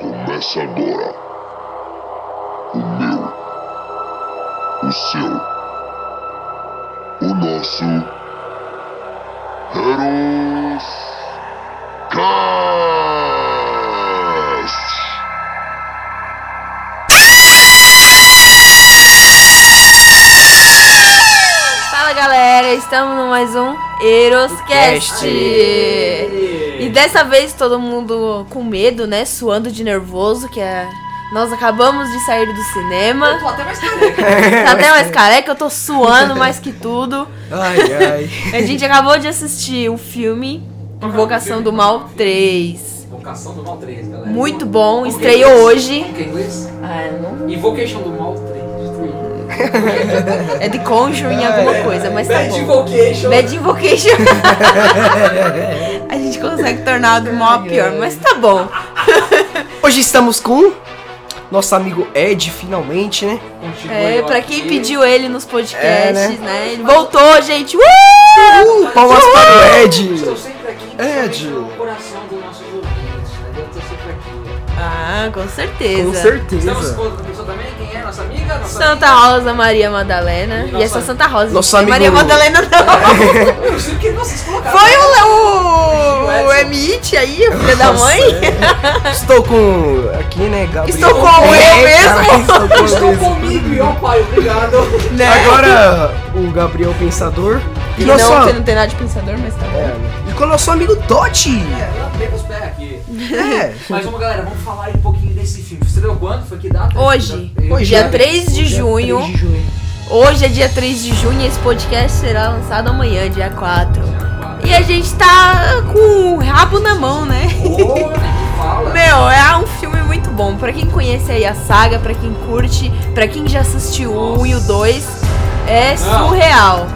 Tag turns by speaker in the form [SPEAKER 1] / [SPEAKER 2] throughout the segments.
[SPEAKER 1] Começa agora. O meu. O seu. O nosso. Heroes. Cast!
[SPEAKER 2] Fala galera, estamos no mais um Eroscast.
[SPEAKER 3] Cast.
[SPEAKER 2] E dessa vez todo mundo com medo, né? Suando de nervoso, que é. Nós acabamos de sair do cinema.
[SPEAKER 4] Eu tô até mais careca.
[SPEAKER 2] Tá até mais careca, eu tô suando mais que tudo.
[SPEAKER 3] Ai, ai.
[SPEAKER 2] A gente acabou de assistir o filme Invocação do Mal 3.
[SPEAKER 4] Invocação do Mal 3, galera.
[SPEAKER 2] Muito bom, estreou hoje.
[SPEAKER 4] Como que é em inglês?
[SPEAKER 2] Ah, não.
[SPEAKER 4] Invocation do Mal 3.
[SPEAKER 2] É de Conjuring alguma coisa, mas tá
[SPEAKER 4] Bad
[SPEAKER 2] bom.
[SPEAKER 4] Invocation.
[SPEAKER 2] Bad Invocation. a gente consegue tornar a do mal a pior, mas tá bom.
[SPEAKER 3] Hoje estamos com nosso amigo Ed, finalmente, né?
[SPEAKER 4] Continua
[SPEAKER 2] É,
[SPEAKER 4] eu
[SPEAKER 2] pra
[SPEAKER 4] aqui.
[SPEAKER 2] quem pediu ele nos podcasts,
[SPEAKER 3] É,
[SPEAKER 2] né? Ele voltou, gente. Uh!
[SPEAKER 3] Uh, palmas para o Ed!
[SPEAKER 4] Estou sempre aqui.
[SPEAKER 3] É,
[SPEAKER 4] principalmente
[SPEAKER 3] Gil.
[SPEAKER 4] No coração dos nossos ouvintes, né? Eu tô sempre aqui.
[SPEAKER 2] Ah, com certeza.
[SPEAKER 3] Com
[SPEAKER 4] Estamos
[SPEAKER 3] certeza.
[SPEAKER 4] com outra pessoa também. Quem é? Nossa amiga? Nossa
[SPEAKER 2] Santa Rosa Maria Madalena.
[SPEAKER 4] E
[SPEAKER 2] E é só
[SPEAKER 4] nosso-
[SPEAKER 2] Santa Rosa.
[SPEAKER 3] nosso
[SPEAKER 2] gente, não é
[SPEAKER 3] amigo-
[SPEAKER 2] Maria Madalena não.
[SPEAKER 4] amiga. Eu não sei porque vocês colocaram.
[SPEAKER 2] Foi o, o, o
[SPEAKER 4] Edson.
[SPEAKER 2] Emite aí, o filho da
[SPEAKER 3] Nossa,
[SPEAKER 2] mãe.
[SPEAKER 3] é. Estou com. Aqui, né, Gabriel? É,
[SPEAKER 2] Estou com eu mesmo.
[SPEAKER 3] mesmo!
[SPEAKER 4] Estou comigo e ó pai, obrigado.
[SPEAKER 3] Agora, o Gabriel Pensador. E,
[SPEAKER 2] né? E não,
[SPEAKER 3] nosso.
[SPEAKER 2] você não tem nada de pensador, mas tá bom.
[SPEAKER 3] É, e com o nosso amigo Totti!
[SPEAKER 4] É, eu dei os pés aqui.
[SPEAKER 3] É.
[SPEAKER 4] Mas vamos, galera, vamos falar um pouquinho desse filme. Você deu quando? Foi que data?
[SPEAKER 2] Hoje.
[SPEAKER 4] Eu-
[SPEAKER 3] Hoje,
[SPEAKER 2] Dia
[SPEAKER 3] né?
[SPEAKER 2] 3 de junho.
[SPEAKER 3] Dia 3 de junho.
[SPEAKER 2] Hoje é dia 3 de junho e esse podcast será lançado amanhã, dia 4.
[SPEAKER 4] Dia
[SPEAKER 2] E a gente tá com o rabo na mão, né?
[SPEAKER 4] 4. Ô, nem fala.
[SPEAKER 2] Meu, é um filme muito bom. Pra quem conhece aí a saga, pra quem curte, pra quem já assistiu o 1 e o 2, é
[SPEAKER 4] Não.
[SPEAKER 2] surreal.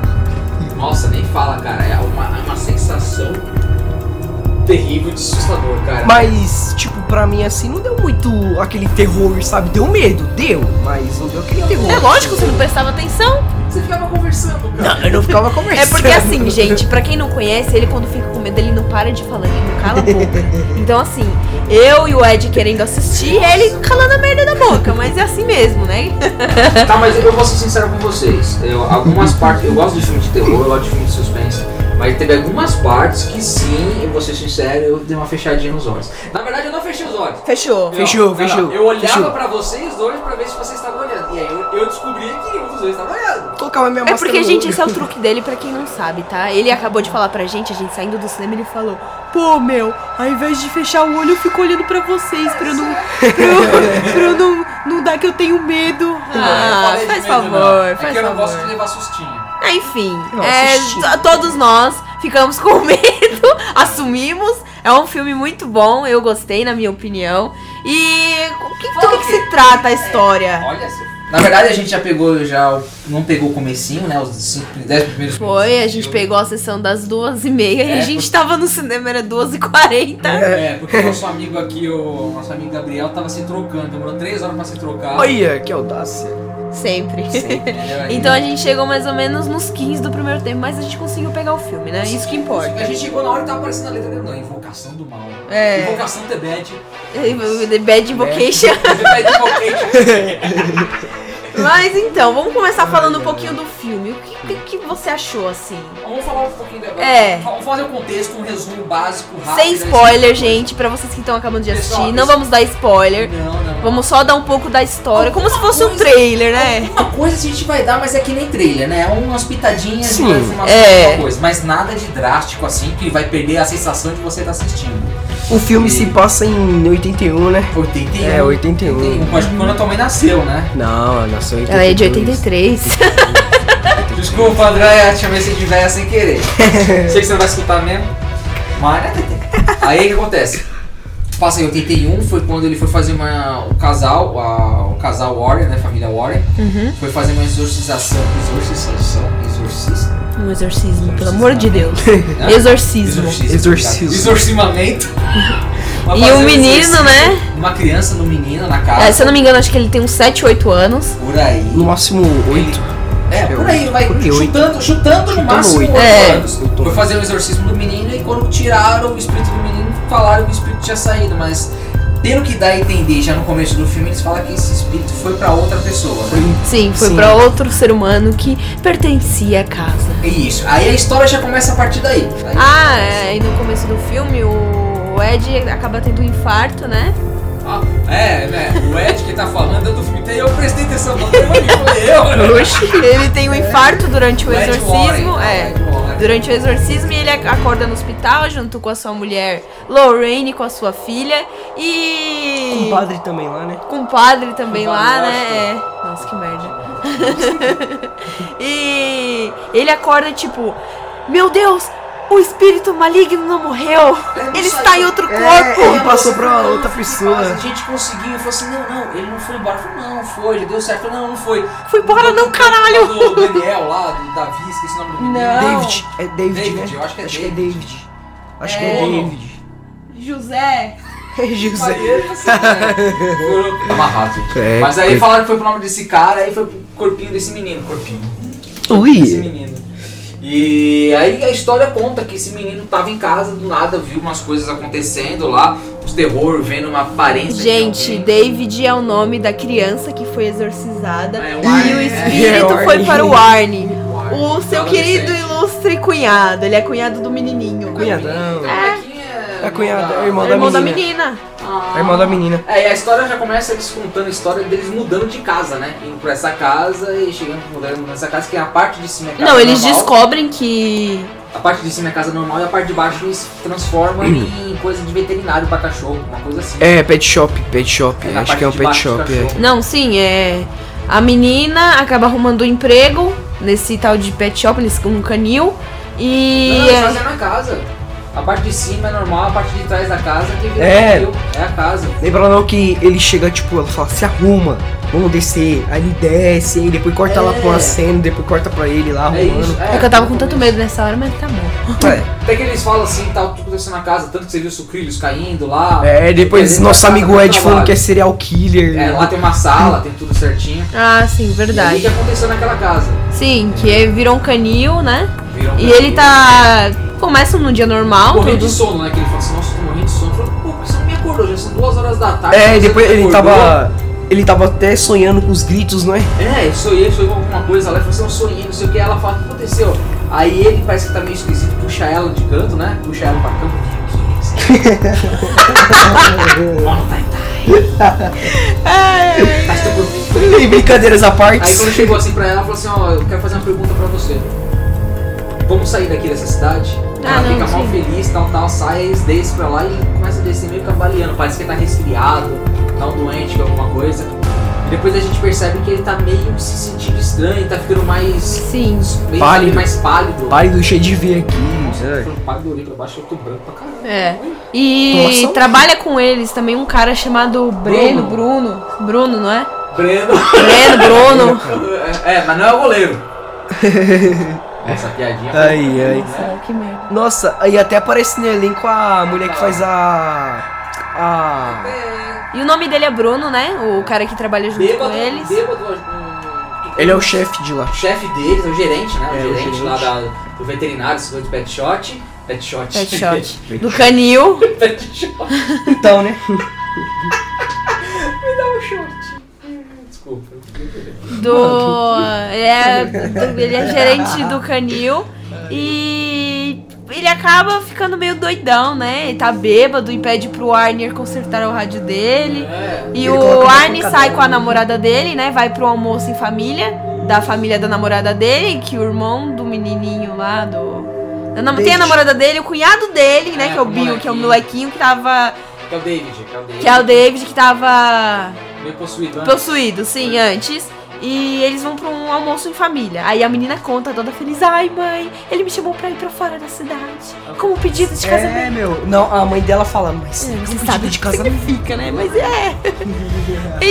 [SPEAKER 4] Nossa, nem fala, cara. É uma, é uma sensação terrível de assustador, cara.
[SPEAKER 3] Mas, tipo, pra mim assim, não deu muito aquele terror, sabe? Deu medo, deu, mas não deu aquele terror.
[SPEAKER 2] É lógico, você não prestava atenção.
[SPEAKER 4] Você ficava conversando, cara.
[SPEAKER 3] Não, eu não ficava
[SPEAKER 2] É
[SPEAKER 3] conversando.
[SPEAKER 2] porque assim, gente, pra quem não conhece, ele quando fica com medo, ele não para de falar, ele não cala a boca. Então assim, eu e o Ed querendo assistir, ele calando a merda da boca, mas é assim mesmo, né?
[SPEAKER 4] Tá, mas eu vou ser sincero com vocês. Eu- algumas partes. Eu gosto de filme de terror, eu gosto de filme de suspense. Mas teve algumas partes que sim, eu vou ser sincero, eu dei uma fechadinha nos olhos. Na verdade, eu não fechei os olhos.
[SPEAKER 2] Fechou.
[SPEAKER 3] Fechou,
[SPEAKER 4] Não, não,
[SPEAKER 3] fechou,
[SPEAKER 4] Eu olhava
[SPEAKER 3] fechou.
[SPEAKER 4] pra vocês dois pra ver se vocês estavam olhando. E aí eu, eu descobri que um dos dois estava olhando.
[SPEAKER 3] Colocava minha
[SPEAKER 2] É
[SPEAKER 3] máscara
[SPEAKER 2] porque,
[SPEAKER 3] no
[SPEAKER 2] gente,
[SPEAKER 3] olho.
[SPEAKER 2] esse é o truque dele, pra quem não sabe, tá? Ele acabou de falar pra gente, a gente saindo do cinema, ele falou: Pô, meu, ao invés de fechar o olho, eu fico olhando pra vocês, pra eu não. pra eu, pra eu não, não dar que eu tenho medo. Ah,
[SPEAKER 4] Eu falei de
[SPEAKER 2] faz
[SPEAKER 4] medo,
[SPEAKER 2] favor,
[SPEAKER 4] não. É
[SPEAKER 2] faz
[SPEAKER 4] que eu não
[SPEAKER 2] favor.
[SPEAKER 4] gosto de levar sustinho.
[SPEAKER 2] Ah, Enfim,
[SPEAKER 3] Não,
[SPEAKER 2] é,
[SPEAKER 3] assisti.
[SPEAKER 2] to- todos nós ficamos com medo, assumimos. É um filme muito bom, eu gostei, na minha opinião. E o que, do que, que se trata a história?
[SPEAKER 4] Olha só. Na verdade a gente já pegou, já o- não pegou o comecinho, né? Os 10 primeiros
[SPEAKER 2] Foi, a
[SPEAKER 4] minutos do
[SPEAKER 2] gente
[SPEAKER 4] filme.
[SPEAKER 2] pegou a sessão das duas e meia e
[SPEAKER 4] É,
[SPEAKER 2] a gente tava no cinema, era duas e quarenta.
[SPEAKER 4] É, porque o nosso amigo aqui, o nosso amigo Gabriel, tava se trocando. Demorou 3 horas pra se trocar.
[SPEAKER 3] Olha, é, que audácia.
[SPEAKER 2] Sempre.
[SPEAKER 4] Sempre, né?
[SPEAKER 2] Então a gente chegou mais ou menos nos 15 do primeiro tempo, mas a gente conseguiu pegar o filme, né? Isso que
[SPEAKER 4] A
[SPEAKER 2] importa.
[SPEAKER 4] gente chegou na hora e tava aparecendo a letra dele. Não, invocação do mal.
[SPEAKER 2] É.
[SPEAKER 4] Invocação The Bad.
[SPEAKER 2] The Bad Invocation.
[SPEAKER 4] The Bad Invocation.
[SPEAKER 2] Mas então, vamos começar falando um pouquinho do filme. O que, que- que você achou, assim?
[SPEAKER 4] Vamos falar um pouquinho da...
[SPEAKER 2] É.
[SPEAKER 4] Vamos fazer um contexto, um resumo básico, rápido.
[SPEAKER 2] Sem
[SPEAKER 4] né?
[SPEAKER 2] spoiler, gente, pra vocês que estão acabando de assistir. Não vamos dar spoiler.
[SPEAKER 4] Não, não.
[SPEAKER 2] Vamos só dar um pouco da história, como se fosse um trailer, né?
[SPEAKER 4] Uma coisa a gente vai dar, mas é que nem trailer, né? É umas pitadinhas
[SPEAKER 3] Sim,
[SPEAKER 4] de informação,
[SPEAKER 2] é.
[SPEAKER 4] alguma coisa. Mas nada de drástico assim que vai perder a sensação de você estar assistindo.
[SPEAKER 3] O filme se passa em 81, né?
[SPEAKER 4] 81.
[SPEAKER 3] É, 81.
[SPEAKER 4] 81. Mas um, quando a tua mãe nasceu, né?
[SPEAKER 3] Não, nasceu em 82.
[SPEAKER 2] Ela é de 83.
[SPEAKER 4] Desculpa, André, é, chamei você de velha sem querer. Sei que você não vai escutar mesmo. Mas. né? Aí o que acontece? Passa em 81, foi quando ele foi fazer uma. O casal, a- o casal Warren, né? Família Warren,
[SPEAKER 2] Uhum.
[SPEAKER 4] foi fazer uma exorcização. Exorcização? Exorcista? Né?
[SPEAKER 2] Um exorcismo, pelo amor de Deus.
[SPEAKER 4] Hã?
[SPEAKER 2] Exorcismo.
[SPEAKER 3] Exorcismo.
[SPEAKER 4] obrigado. Exorcimamento. Vai
[SPEAKER 2] E
[SPEAKER 4] fazer
[SPEAKER 2] o menino,
[SPEAKER 4] exorcismo.
[SPEAKER 2] né?
[SPEAKER 4] Uma criança no menino na casa.
[SPEAKER 2] É, se eu não me engano, acho que ele tem uns 7, 8 anos.
[SPEAKER 4] Por aí.
[SPEAKER 3] No máximo 8.
[SPEAKER 4] É, por aí, vai
[SPEAKER 3] Por aí, oito.
[SPEAKER 4] chutando, chutando no
[SPEAKER 3] Chutando
[SPEAKER 4] máximo
[SPEAKER 3] oito.
[SPEAKER 4] oito
[SPEAKER 2] É.
[SPEAKER 4] anos. Foi fazer o exorcismo do menino e quando tiraram o espírito do menino, falaram que o espírito tinha saído, mas pelo que dá a entender já no começo do filme, eles falam que esse espírito foi pra outra pessoa. né?
[SPEAKER 2] Sim, foi
[SPEAKER 3] Sim.
[SPEAKER 2] pra outro ser humano que pertencia à casa.
[SPEAKER 4] É isso. Aí a história já começa a partir daí. Aí-
[SPEAKER 2] Ah, é, e no começo do filme o Ed acaba tendo um infarto, né?
[SPEAKER 4] Ah, é, né? O Ed que tá falando é do filme. Então eu prestei atenção no tema e falei, eu.
[SPEAKER 2] Ele tem um infarto durante o
[SPEAKER 4] Ed
[SPEAKER 2] exorcismo.
[SPEAKER 4] Warren,
[SPEAKER 2] É.
[SPEAKER 4] ah, Ed Warren.
[SPEAKER 2] Durante o exorcismo, ele ac- acorda no hospital junto com a sua mulher Lorraine, com a sua filha
[SPEAKER 3] Com
[SPEAKER 2] e.
[SPEAKER 3] o padre também lá, né?
[SPEAKER 2] Com o padre também
[SPEAKER 4] Com o
[SPEAKER 2] lá, né? É.
[SPEAKER 4] padrasto.
[SPEAKER 2] Nossa, que merda. e ele acorda tipo: Meu Deus, o espírito maligno não morreu!
[SPEAKER 4] não
[SPEAKER 2] Ele
[SPEAKER 4] saiu.
[SPEAKER 2] está em outro
[SPEAKER 3] É,
[SPEAKER 2] corpo!
[SPEAKER 3] ele passou pra outra pessoa.
[SPEAKER 4] A gente conseguiu. Eu falei assim: não, não, ele não foi embora. Eu falei, não, foi, já deu certo. Eu falei, não, não foi.
[SPEAKER 2] Foi embora, não, caralho!
[SPEAKER 4] Do Daniel lá, do Davi, esqueci o nome do menino.
[SPEAKER 2] Não.
[SPEAKER 3] David. É David,
[SPEAKER 4] David,
[SPEAKER 3] né?
[SPEAKER 4] eu acho que é
[SPEAKER 3] David. Acho que é
[SPEAKER 4] É.
[SPEAKER 3] David.
[SPEAKER 2] José!
[SPEAKER 3] José.
[SPEAKER 4] Maneiro, assim, né? Amarrado, gente.
[SPEAKER 3] É,
[SPEAKER 4] Mas aí
[SPEAKER 3] coitado.
[SPEAKER 4] falaram que foi pro nome desse cara, aí foi pro corpinho desse menino. Corpinho. Esse
[SPEAKER 3] Ui.
[SPEAKER 4] menino. E aí a história conta que esse menino tava em casa do nada, viu umas coisas acontecendo lá, os terror, vendo uma aparência.
[SPEAKER 2] Gente,
[SPEAKER 4] de
[SPEAKER 2] David é o nome da criança que foi exorcizada
[SPEAKER 4] É,
[SPEAKER 2] e o
[SPEAKER 4] Warren, é.
[SPEAKER 2] um espírito
[SPEAKER 3] É,
[SPEAKER 2] foi
[SPEAKER 3] Warren.
[SPEAKER 2] para o Arne,
[SPEAKER 4] alguém.
[SPEAKER 2] o seu
[SPEAKER 4] Adolescente.
[SPEAKER 2] querido ilustre cunhado. Ele é cunhado do menininho.
[SPEAKER 3] Cunhadão.
[SPEAKER 4] É. Aqui é
[SPEAKER 3] É cunhada, é
[SPEAKER 2] É
[SPEAKER 3] irmão da
[SPEAKER 2] irmão da
[SPEAKER 3] menina.
[SPEAKER 2] menina.
[SPEAKER 3] É irmão da menina.
[SPEAKER 4] É, e a história já começa eles contando a história deles mudando de casa, né? Indo pra essa casa e chegando, mudando nessa casa, que a parte de cima é casa
[SPEAKER 2] Não, eles
[SPEAKER 4] normal.
[SPEAKER 2] descobrem que.
[SPEAKER 4] A parte de cima é casa normal e a parte de baixo se transforma
[SPEAKER 3] Uhum.
[SPEAKER 4] em coisa de veterinário pra cachorro, uma coisa assim.
[SPEAKER 3] É, pet shop, pet shop.
[SPEAKER 4] na
[SPEAKER 3] acho que
[SPEAKER 4] parte
[SPEAKER 3] é um
[SPEAKER 4] de
[SPEAKER 3] pet
[SPEAKER 4] baixo do
[SPEAKER 3] shop.
[SPEAKER 4] cachorro.
[SPEAKER 2] Não, sim, é. A menina acaba arrumando um emprego nesse tal de pet shop, nesse um canil.
[SPEAKER 4] Não,
[SPEAKER 2] E. é.
[SPEAKER 4] eles fazem na casa. A parte de cima é normal, a parte de trás da casa que vira
[SPEAKER 3] É.
[SPEAKER 4] um rio, é a casa.
[SPEAKER 3] Lembra não que ele chega, tipo, ela fala, se arruma, vamos descer. Aí ele desce, aí depois corta lá pra uma
[SPEAKER 4] É.
[SPEAKER 3] cena, depois corta pra ele lá
[SPEAKER 4] É
[SPEAKER 3] arrumando.
[SPEAKER 4] isso.
[SPEAKER 2] É que eu tava com tanto medo nessa hora, mas tá bom.
[SPEAKER 3] É,
[SPEAKER 4] Até que eles falam assim, tá tudo acontecendo na casa, tanto que você viu sucrilhos caindo lá.
[SPEAKER 3] É, depois
[SPEAKER 4] Dentro
[SPEAKER 3] nosso
[SPEAKER 4] da casa,
[SPEAKER 3] amigo
[SPEAKER 4] dentro
[SPEAKER 3] Ed
[SPEAKER 4] do
[SPEAKER 3] falando
[SPEAKER 4] tá trabalho.
[SPEAKER 3] que é serial killer.
[SPEAKER 4] É, lá tem uma sala, tem tudo certinho.
[SPEAKER 2] Ah, sim,
[SPEAKER 4] E aí, o que
[SPEAKER 2] verdade.
[SPEAKER 4] aconteceu naquela casa?
[SPEAKER 2] Sim, que é- virou um canil, né?
[SPEAKER 4] Viram
[SPEAKER 2] E ele tá. Começa num dia normal,
[SPEAKER 4] Morrendo
[SPEAKER 2] tudo.
[SPEAKER 4] de sono, né? Que ele falou assim, nossa, tô morrendo de sono. Eu falei, pô, você não me acordou, já são duas horas da tarde.
[SPEAKER 3] É,
[SPEAKER 4] você
[SPEAKER 3] depois
[SPEAKER 4] não me
[SPEAKER 3] ele
[SPEAKER 4] acordou."
[SPEAKER 3] tava. Ele tava até sonhando com os gritos, não é?
[SPEAKER 4] É, eu sonhei, sonhei com alguma coisa. Ela falou assim, eu sonhei, não sei o que. Ela fala, o que aconteceu? Aí ele parece que tá meio esquisito, puxa ela de canto, né? Puxa ela pra canto. "O que é isso?" Ela vai dar,
[SPEAKER 2] É.
[SPEAKER 4] faz teu corpo.
[SPEAKER 3] E brincadeiras à parte.
[SPEAKER 4] Aí quando chegou assim pra ela, ela falou assim, ó, eu quero fazer uma pergunta pra você. Vamos sair daqui dessa cidade?
[SPEAKER 2] Ah,
[SPEAKER 4] Ela
[SPEAKER 2] não,
[SPEAKER 4] fica mal
[SPEAKER 2] sim.
[SPEAKER 4] feliz, tal, tal, sai, eles descem pra lá e começa a descer meio cambaleando. Parece que ele tá resfriado, tá um doente com alguma coisa. E depois a gente percebe que ele tá meio se sentindo estranho, tá ficando mais.
[SPEAKER 2] Sim.
[SPEAKER 4] meio
[SPEAKER 3] Pálido.
[SPEAKER 4] mais pálido.
[SPEAKER 3] Pálido, cheio de ver aqui.
[SPEAKER 4] Nossa,
[SPEAKER 3] é.
[SPEAKER 4] eu tô pálido, eu olhei pra baixo, eu tô branco pra caramba.
[SPEAKER 2] É. E
[SPEAKER 3] Nossa.
[SPEAKER 2] trabalha com eles também um cara chamado Breno, Bruno. Bruno, não é?
[SPEAKER 4] Breno.
[SPEAKER 2] Breno, Bruno.
[SPEAKER 4] é, é, mas não é o goleiro. Essa piadinha. foi- né?
[SPEAKER 3] Ai, ai.
[SPEAKER 2] Nossa, que merda.
[SPEAKER 3] Nossa, aí até aparece no elenco a mulher que faz a. A.
[SPEAKER 2] E o nome dele é Bruno, né? O cara que trabalha junto
[SPEAKER 4] Bêbado,
[SPEAKER 2] com eles.
[SPEAKER 4] bêbado, hum,
[SPEAKER 3] Ele é o chefe de lá.
[SPEAKER 4] o chefe deles, o gerente, né? O
[SPEAKER 3] É, o
[SPEAKER 4] gerente, lá
[SPEAKER 3] gerente.
[SPEAKER 4] da- do veterinário, esse doido de pet shot. Pet shot.
[SPEAKER 2] Pet shot. Do canil.
[SPEAKER 4] pet shot.
[SPEAKER 3] Então, né?
[SPEAKER 4] Desculpa.
[SPEAKER 2] Do. Ele é, do- ele é gerente do canil. E. Ele acaba ficando meio doidão, né? Ele tá bêbado e pede pro Arner consertar o rádio dele.
[SPEAKER 4] É.
[SPEAKER 2] E
[SPEAKER 3] Ele
[SPEAKER 2] o
[SPEAKER 3] coloca na
[SPEAKER 2] Arne
[SPEAKER 3] pancada.
[SPEAKER 2] sai com a namorada dele, né? Vai pro almoço em família, da família da namorada dele, que o irmão do menininho lá do. da nam- Tem a
[SPEAKER 3] David.
[SPEAKER 2] namorada dele, o cunhado dele, né?
[SPEAKER 4] É,
[SPEAKER 2] que é o
[SPEAKER 4] o
[SPEAKER 2] Bill, que é o
[SPEAKER 4] molequinho.
[SPEAKER 2] molequinho que tava.
[SPEAKER 4] Que é o David, que é o David.
[SPEAKER 2] Que é o David, que tava.
[SPEAKER 4] Meio possuído, né?
[SPEAKER 2] possuído, sim, antes. E eles vão pra um almoço em família. Aí a menina conta toda feliz: Ai, mãe, ele me chamou pra ir pra fora da cidade. Como pedido de casamento.
[SPEAKER 3] É, meu. Não, a mãe dela fala, mas.
[SPEAKER 2] É, você
[SPEAKER 3] pedido
[SPEAKER 2] sabe
[SPEAKER 3] de
[SPEAKER 2] o que
[SPEAKER 3] casamento.
[SPEAKER 2] significa, né? Mas é.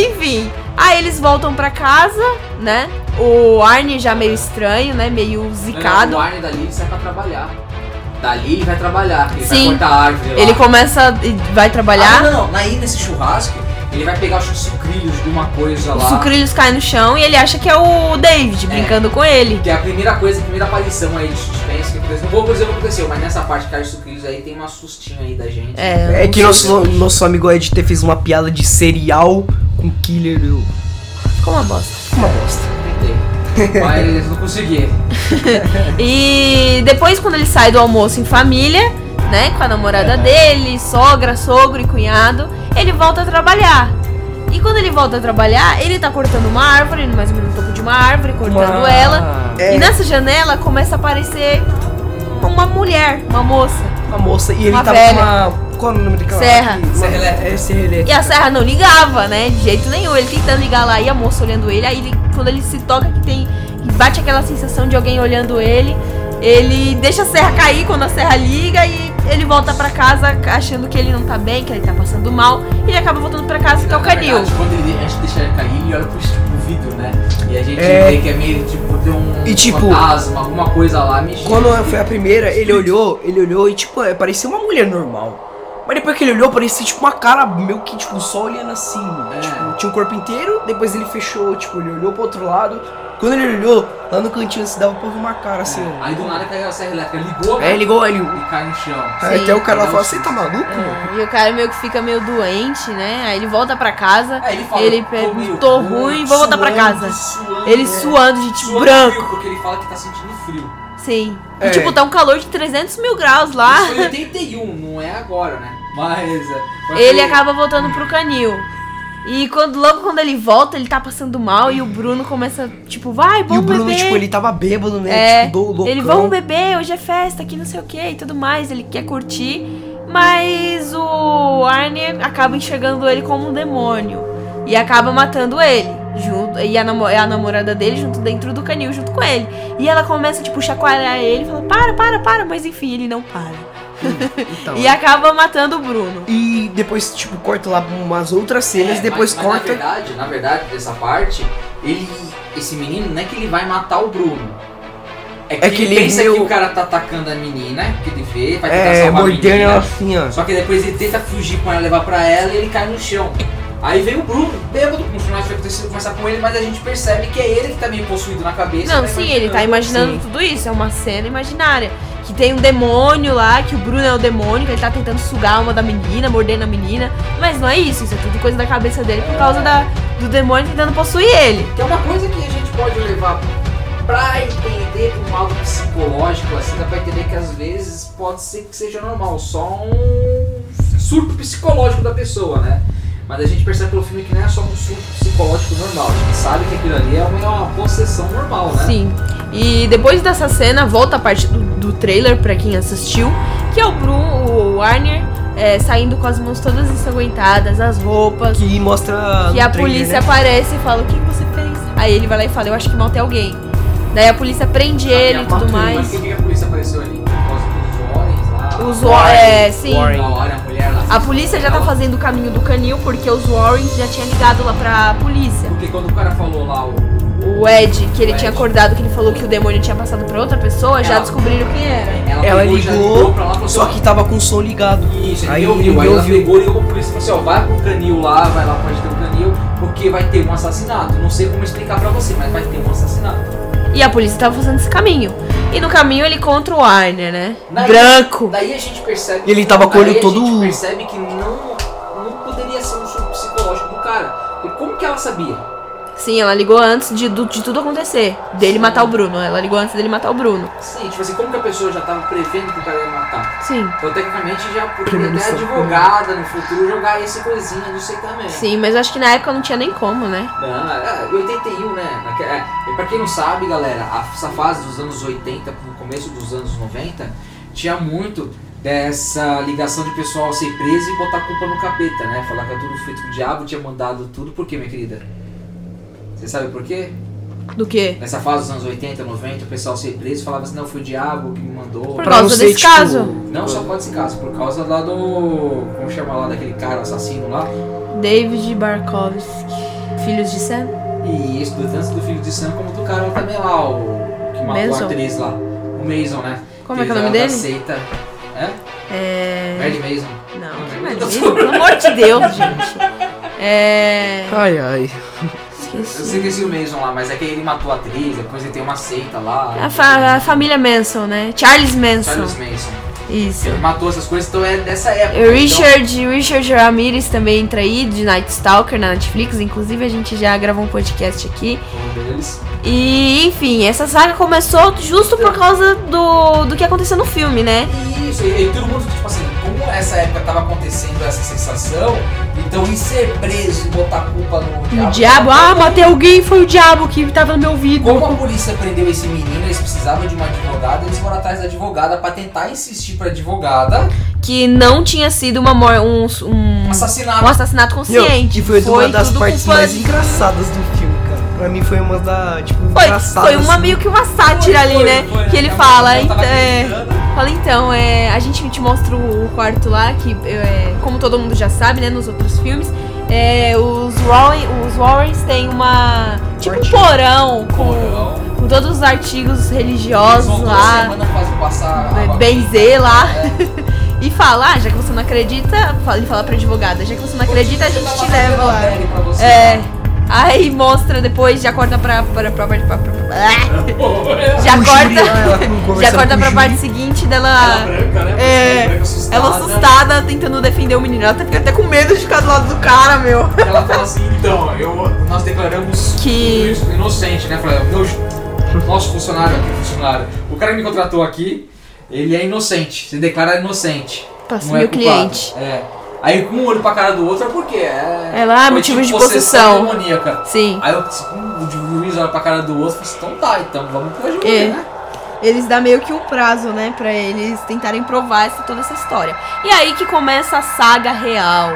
[SPEAKER 2] Enfim, aí eles voltam pra casa, né? O Arne já meio estranho, né? Meio
[SPEAKER 4] Não,
[SPEAKER 2] zicado.
[SPEAKER 4] O Arne é um dali ele sai pra trabalhar. Dali ele vai trabalhar. Ele
[SPEAKER 2] Sim.
[SPEAKER 4] vai cortar a árvore. lá.
[SPEAKER 2] Ele começa e vai
[SPEAKER 4] Ah,
[SPEAKER 2] trabalhar.
[SPEAKER 4] não, não, não. Aí nesse churrasco, ele vai pegar os sucrilhos de uma coisa
[SPEAKER 2] Os
[SPEAKER 4] lá.
[SPEAKER 2] sucrilhos caem no chão e ele acha que é o David brincando com ele.
[SPEAKER 4] Que é a primeira coisa, a primeira aparição aí de suspense que aconteceu. Não vou dizer o que aconteceu, mas nessa parte cai os sucrilhos vídeos aí tem um assustinho aí da gente.
[SPEAKER 2] É, eu
[SPEAKER 3] É
[SPEAKER 2] não
[SPEAKER 3] que
[SPEAKER 2] sei.
[SPEAKER 3] nosso, nosso amigo Ed T fez uma piada de cereal com killer. Eu...
[SPEAKER 2] Ficou uma bosta.
[SPEAKER 3] Uma bosta.
[SPEAKER 4] Tentei. Mas não consegui.
[SPEAKER 2] E depois, quando ele sai do almoço em família, né? Com a namorada dele, sogra, sogro e cunhado, ele volta a trabalhar. E quando ele volta a trabalhar, ele tá cortando uma árvore, mais ou menos no topo de uma árvore, cortando
[SPEAKER 4] Ah.
[SPEAKER 3] Uma-
[SPEAKER 2] ela.
[SPEAKER 3] É,
[SPEAKER 2] E nessa janela começa a aparecer uma mulher, uma moça.
[SPEAKER 3] uma moça. E ele
[SPEAKER 2] uma
[SPEAKER 3] tava
[SPEAKER 2] velha.
[SPEAKER 3] com uma. Qual é o nome daquela?
[SPEAKER 2] Serra.
[SPEAKER 3] Uma-
[SPEAKER 4] Serra elétrica.
[SPEAKER 3] É, serra
[SPEAKER 2] E
[SPEAKER 3] elétrica.
[SPEAKER 2] a Serra não ligava, né? De jeito nenhum. Ele tentando ligar lá e a moça olhando ele. Aí ele- quando ele se toca que tem. que bate aquela sensação de alguém olhando ele. Ele deixa a serra cair quando a serra liga e ele volta pra casa achando que ele não tá bem, que ele tá passando mal. E ele acaba voltando pra casa que é o
[SPEAKER 4] Na
[SPEAKER 2] canil.
[SPEAKER 4] verdade, Quando ele, a gente deixa ele cair, ele olha pro tipo, vidro, né? E a gente
[SPEAKER 3] É.
[SPEAKER 4] vê que é meio tipo, tem um
[SPEAKER 3] E, tipo,
[SPEAKER 4] fantasma, alguma coisa lá mexendo.
[SPEAKER 3] Quando foi a primeira, ele olhou, ele olhou e tipo, é, parecia uma mulher normal. Mas depois que ele olhou, parecia tipo uma cara meio que tipo só olhando assim.
[SPEAKER 4] É.
[SPEAKER 3] Tipo, tinha um corpo inteiro, depois ele fechou, tipo, ele olhou pro outro lado. Quando ele olhou, lá no cantinho se dava pra ouvir uma cara assim. ó.
[SPEAKER 4] É, Aí do nada caiu a serra elétrica, ligou
[SPEAKER 2] É,
[SPEAKER 3] Aí ele ligou, ele.
[SPEAKER 4] e cai no chão.
[SPEAKER 3] Aí até o cara lá falou,
[SPEAKER 4] Sim.
[SPEAKER 3] você tá maluco,
[SPEAKER 4] É.
[SPEAKER 3] mano?
[SPEAKER 2] E o cara meio que fica meio doente, né? Aí ele volta pra casa.
[SPEAKER 4] Aí ele fala,
[SPEAKER 2] Ele
[SPEAKER 4] tô, meio
[SPEAKER 2] tô ruim, vou voltar pra
[SPEAKER 4] suando,
[SPEAKER 2] casa.
[SPEAKER 4] suando,
[SPEAKER 2] Ele
[SPEAKER 4] é.
[SPEAKER 2] suando, gente,
[SPEAKER 4] Suando
[SPEAKER 2] branco.
[SPEAKER 4] frio, porque ele fala que tá sentindo frio.
[SPEAKER 2] Sim. E
[SPEAKER 3] É.
[SPEAKER 2] tipo, tá um calor de 300 mil graus lá.
[SPEAKER 4] Isso foi em 81, não é agora, né? Mas. é, mas
[SPEAKER 2] Ele
[SPEAKER 3] Uhum.
[SPEAKER 4] foi-
[SPEAKER 2] acaba voltando pro canil. E quando, logo quando ele volta, ele tá passando mal e o Bruno começa, tipo, vai,
[SPEAKER 3] E o
[SPEAKER 2] vamos
[SPEAKER 3] Bruno,
[SPEAKER 2] beber.
[SPEAKER 3] tipo, ele tava bêbado,
[SPEAKER 2] É,
[SPEAKER 3] né? Tipo, dou-
[SPEAKER 2] Ele,
[SPEAKER 3] loucão.
[SPEAKER 2] vamos beber, hoje é festa, que não sei o que e tudo mais, ele quer curtir. Mas o Arne acaba enxergando ele como um demônio. E acaba matando ele. Junto, e a, namo- a namorada dele junto dentro do canil, junto com ele. E ela começa, tipo, chacoalhar ele, fala, para, para, para. Mas enfim, ele não para.
[SPEAKER 3] Então.
[SPEAKER 2] E acaba matando o Bruno.
[SPEAKER 3] E depois, tipo, corta lá umas outras cenas,
[SPEAKER 4] É,
[SPEAKER 3] depois
[SPEAKER 4] mas- mas
[SPEAKER 3] corta.
[SPEAKER 4] na verdade, na verdade, dessa parte, ele. Esse menino não é que ele vai matar o Bruno. É que,
[SPEAKER 3] É que
[SPEAKER 4] ele,
[SPEAKER 3] ele
[SPEAKER 4] pensa
[SPEAKER 3] meio-
[SPEAKER 4] que o cara tá atacando a menina, que ele vê, vai tentar
[SPEAKER 3] é,
[SPEAKER 4] salvar a
[SPEAKER 3] mordendo
[SPEAKER 4] menina.
[SPEAKER 3] ela assim, ó.
[SPEAKER 4] Só que depois ele tenta fugir com ela, levar pra ela e ele cai no chão. Aí vem o Bruno, bêbado, com o final de acontecido, conversar com ele, mas a gente percebe que é ele que tá meio possuído na cabeça.
[SPEAKER 2] Não,
[SPEAKER 4] tá
[SPEAKER 2] sim, ele tá
[SPEAKER 4] imaginando.
[SPEAKER 2] imaginando
[SPEAKER 3] Sim.
[SPEAKER 2] tudo isso, é uma cena imaginária. Que tem um demônio lá, que o Bruno é o demônio, que ele tá tentando sugar a alma da menina, mordendo a menina. Mas não é isso, isso é tudo coisa da cabeça dele por causa da, do demônio tentando possuir ele.
[SPEAKER 4] Que é uma coisa que a gente pode levar pra entender com algo psicológico, assim, dá pra entender que às vezes pode ser que seja normal, só um surto psicológico da pessoa, né? Mas a gente percebe pelo filme que não é só um surto psicológico normal, a gente sabe que aquilo ali é uma, é uma possessão normal, né?
[SPEAKER 2] Sim. E depois dessa cena, volta a parte do, do trailer pra quem assistiu, que é o Bruno, o Warner, é, saindo com as mãos todas ensanguentadas, as roupas.
[SPEAKER 3] Que mostra.
[SPEAKER 2] E
[SPEAKER 3] no
[SPEAKER 2] a
[SPEAKER 3] trailer,
[SPEAKER 2] polícia
[SPEAKER 3] né?
[SPEAKER 2] aparece e fala: O que você fez? Aí ele vai lá e fala: Eu acho que matei alguém. Daí a polícia prende
[SPEAKER 4] Sabe,
[SPEAKER 2] ele e
[SPEAKER 4] matou,
[SPEAKER 2] tudo mais.
[SPEAKER 4] Mas por que a polícia apareceu ali? Por causa dos homens lá.
[SPEAKER 2] Os Wa- é, sim.
[SPEAKER 3] Warren.
[SPEAKER 4] Da hora, a mulher lá.
[SPEAKER 2] A polícia já tá
[SPEAKER 4] Ela-
[SPEAKER 2] fazendo o caminho do canil porque os Warren já tinha ligado lá pra polícia.
[SPEAKER 4] Porque quando o cara falou lá o.
[SPEAKER 2] O Ed, que ele
[SPEAKER 4] O
[SPEAKER 2] tinha
[SPEAKER 4] Ed.
[SPEAKER 2] acordado, que ele falou que o demônio tinha passado pra outra pessoa, já
[SPEAKER 4] Ela-
[SPEAKER 2] descobriram quem era.
[SPEAKER 3] Ela
[SPEAKER 4] pegou, já
[SPEAKER 3] ligou,
[SPEAKER 4] pra lá, e falou
[SPEAKER 3] só
[SPEAKER 4] assim,
[SPEAKER 3] que tava com o som ligado.
[SPEAKER 4] Isso, ele
[SPEAKER 3] Aí
[SPEAKER 4] me ouviu,
[SPEAKER 3] ele
[SPEAKER 4] aí ela
[SPEAKER 3] ouviu.
[SPEAKER 4] pegou e ligou pra polícia e falou assim, ó, vai pro canil lá, vai lá pra gente ter o canil, porque vai ter um assassinato. Não sei como explicar pra você, mas vai ter um assassinato.
[SPEAKER 2] E a polícia tava fazendo esse caminho. E no caminho ele encontra o Warner, né?
[SPEAKER 4] Daí-
[SPEAKER 2] Branco.
[SPEAKER 4] Daí a gente percebe...
[SPEAKER 3] E ele tava com o olho
[SPEAKER 4] daí
[SPEAKER 3] todo-
[SPEAKER 4] a gente percebe que não, não poderia ser um surto psicológico do cara. Porque como que ela sabia?
[SPEAKER 2] Sim, ela ligou antes de, do- de tudo acontecer. Dele matar o Bruno. Ela ligou antes dele matar o Bruno.
[SPEAKER 4] Sim, tipo assim, como que a pessoa já tava prevendo que o cara ia matar?
[SPEAKER 2] Sim.
[SPEAKER 4] Então, tecnicamente, já poderia
[SPEAKER 3] Primeiro
[SPEAKER 4] até
[SPEAKER 3] soco, né?
[SPEAKER 4] advogada no futuro jogar esse coisinha, não sei também.
[SPEAKER 2] Sim, mas eu acho que na época não tinha nem como, né?
[SPEAKER 4] Não, é, 81, né? Naque- é, e pra quem não sabe, galera, a- essa fase dos anos 80 pro começo dos anos 90 tinha muito dessa ligação de pessoal ser preso e botar a culpa no capeta, né? Falar que é tudo feito com o diabo, tinha mandado tudo. Por quê, minha querida? Você sabe por quê?
[SPEAKER 2] Do quê?
[SPEAKER 4] Nessa fase dos anos 80, 90, o pessoal ser preso e falava assim, não, foi o diabo que me mandou.
[SPEAKER 2] Por causa
[SPEAKER 3] não ser,
[SPEAKER 2] desse
[SPEAKER 3] tipo,
[SPEAKER 2] caso.
[SPEAKER 4] Não só pode ser caso, por causa lá do... Como chama lá daquele cara assassino lá?
[SPEAKER 2] David Barkovsky. Filhos de Sam?
[SPEAKER 4] E isso, do- tanto do filho de Sam como do cara também lá, o que matou
[SPEAKER 2] Mason.
[SPEAKER 4] a atriz lá. O Mason, né?
[SPEAKER 2] Como é que é o nome
[SPEAKER 4] Ele era da
[SPEAKER 2] dele?
[SPEAKER 4] Seita.
[SPEAKER 2] É.
[SPEAKER 4] Mad Mason.
[SPEAKER 2] Não, que maravilha. Pelo amor de Deus, gente. É.
[SPEAKER 3] Ai, ai.
[SPEAKER 4] Eu
[SPEAKER 2] Esqueci.
[SPEAKER 4] sei que esse o Mason lá, mas é que ele matou a atriz, depois ele tem uma seita lá.
[SPEAKER 2] A, fa- a família Manson, né? Charles Manson.
[SPEAKER 4] Charles Mason.
[SPEAKER 2] Isso.
[SPEAKER 4] Ele matou essas coisas, então é dessa época.
[SPEAKER 2] O
[SPEAKER 4] Então,
[SPEAKER 2] Richard, Richard Ramirez também entra aí, de Night Stalker na Netflix. Inclusive, a gente já gravou um podcast aqui.
[SPEAKER 4] um deles.
[SPEAKER 2] E, enfim, essa saga começou justo por causa do, do que aconteceu no filme, né?
[SPEAKER 4] Isso, e, e todo mundo, tipo assim, como essa época tava acontecendo essa sensação, então e ser preso e botar a culpa no diabo. é
[SPEAKER 2] O diabo, ah, matei alguém, foi o diabo que tava no meu ouvido.
[SPEAKER 4] Como a polícia prendeu esse menino, eles precisavam de uma advogada, eles foram atrás da advogada pra tentar insistir pra advogada
[SPEAKER 2] Que não tinha sido uma mor um, um,
[SPEAKER 4] um
[SPEAKER 2] um
[SPEAKER 4] assassinato.
[SPEAKER 2] assassinato
[SPEAKER 3] Meu,
[SPEAKER 2] consciente.
[SPEAKER 3] E foi, uma das
[SPEAKER 2] tudo
[SPEAKER 3] partes
[SPEAKER 2] culpa
[SPEAKER 3] mais
[SPEAKER 2] de-
[SPEAKER 3] engraçadas do filme, cara. Pra mim foi uma da, assim. tipo,
[SPEAKER 2] Foi,
[SPEAKER 3] engraçadas.
[SPEAKER 2] foi uma meio que uma sátira ali,
[SPEAKER 4] Foi,
[SPEAKER 2] né?
[SPEAKER 4] foi,
[SPEAKER 2] que ele
[SPEAKER 4] a
[SPEAKER 2] fala,
[SPEAKER 4] mulher tava
[SPEAKER 2] então, é,
[SPEAKER 4] gritando.
[SPEAKER 2] fala então, é, a gente te mostra o o quarto lá, que é, como todo mundo já sabe, né, nos outros filmes, é, os, Warren, os Warrens têm uma. tipo um
[SPEAKER 3] Forte.
[SPEAKER 2] porão com,
[SPEAKER 4] Porão.
[SPEAKER 2] com todos os artigos
[SPEAKER 4] Eles
[SPEAKER 2] religiosos
[SPEAKER 4] vão toda
[SPEAKER 2] lá,
[SPEAKER 4] semana fazem passar a-
[SPEAKER 2] é, benzer lá. E fala, ah, já que você não acredita, fala- ele fala pra advogada, já que você não acredita, a gente te leva lá. É. Aí mostra depois, já corta pra. pra, pra, pra, pra- pra- já
[SPEAKER 3] O Júri
[SPEAKER 2] corta.
[SPEAKER 3] lá, ela conversando
[SPEAKER 2] Já corta
[SPEAKER 3] com o
[SPEAKER 2] pra
[SPEAKER 3] Júri.
[SPEAKER 2] parte seguinte dela. É.
[SPEAKER 4] É.
[SPEAKER 2] Ela assustada, tentando defender o menino. Ela tá ficando até com medo de ficar do lado do cara, meu.
[SPEAKER 4] Ela fala assim, então, eu, nós declaramos
[SPEAKER 2] Que-
[SPEAKER 4] tudo isso inocente, né? Fala, meu- nosso funcionário aqui, funcionário, o cara que me contratou aqui, ele é inocente, se declara inocente.
[SPEAKER 2] Passa
[SPEAKER 4] não é
[SPEAKER 2] meu
[SPEAKER 4] culpado.
[SPEAKER 2] cliente.
[SPEAKER 4] É. Aí com um olho pra cara do outro é porque é.
[SPEAKER 2] É lá,
[SPEAKER 4] foi
[SPEAKER 2] motivo
[SPEAKER 4] tipo
[SPEAKER 2] de possessão.
[SPEAKER 4] demoníaca.
[SPEAKER 2] Sim.
[SPEAKER 4] Aí eu, disse, hum, o juiz olha pra cara do outro e fala assim, então tá, então vamos pro juiz,
[SPEAKER 2] É.
[SPEAKER 4] né?
[SPEAKER 2] Eles dão meio que um prazo, né? Pra eles tentarem provar essa, toda essa história. E aí que começa a saga real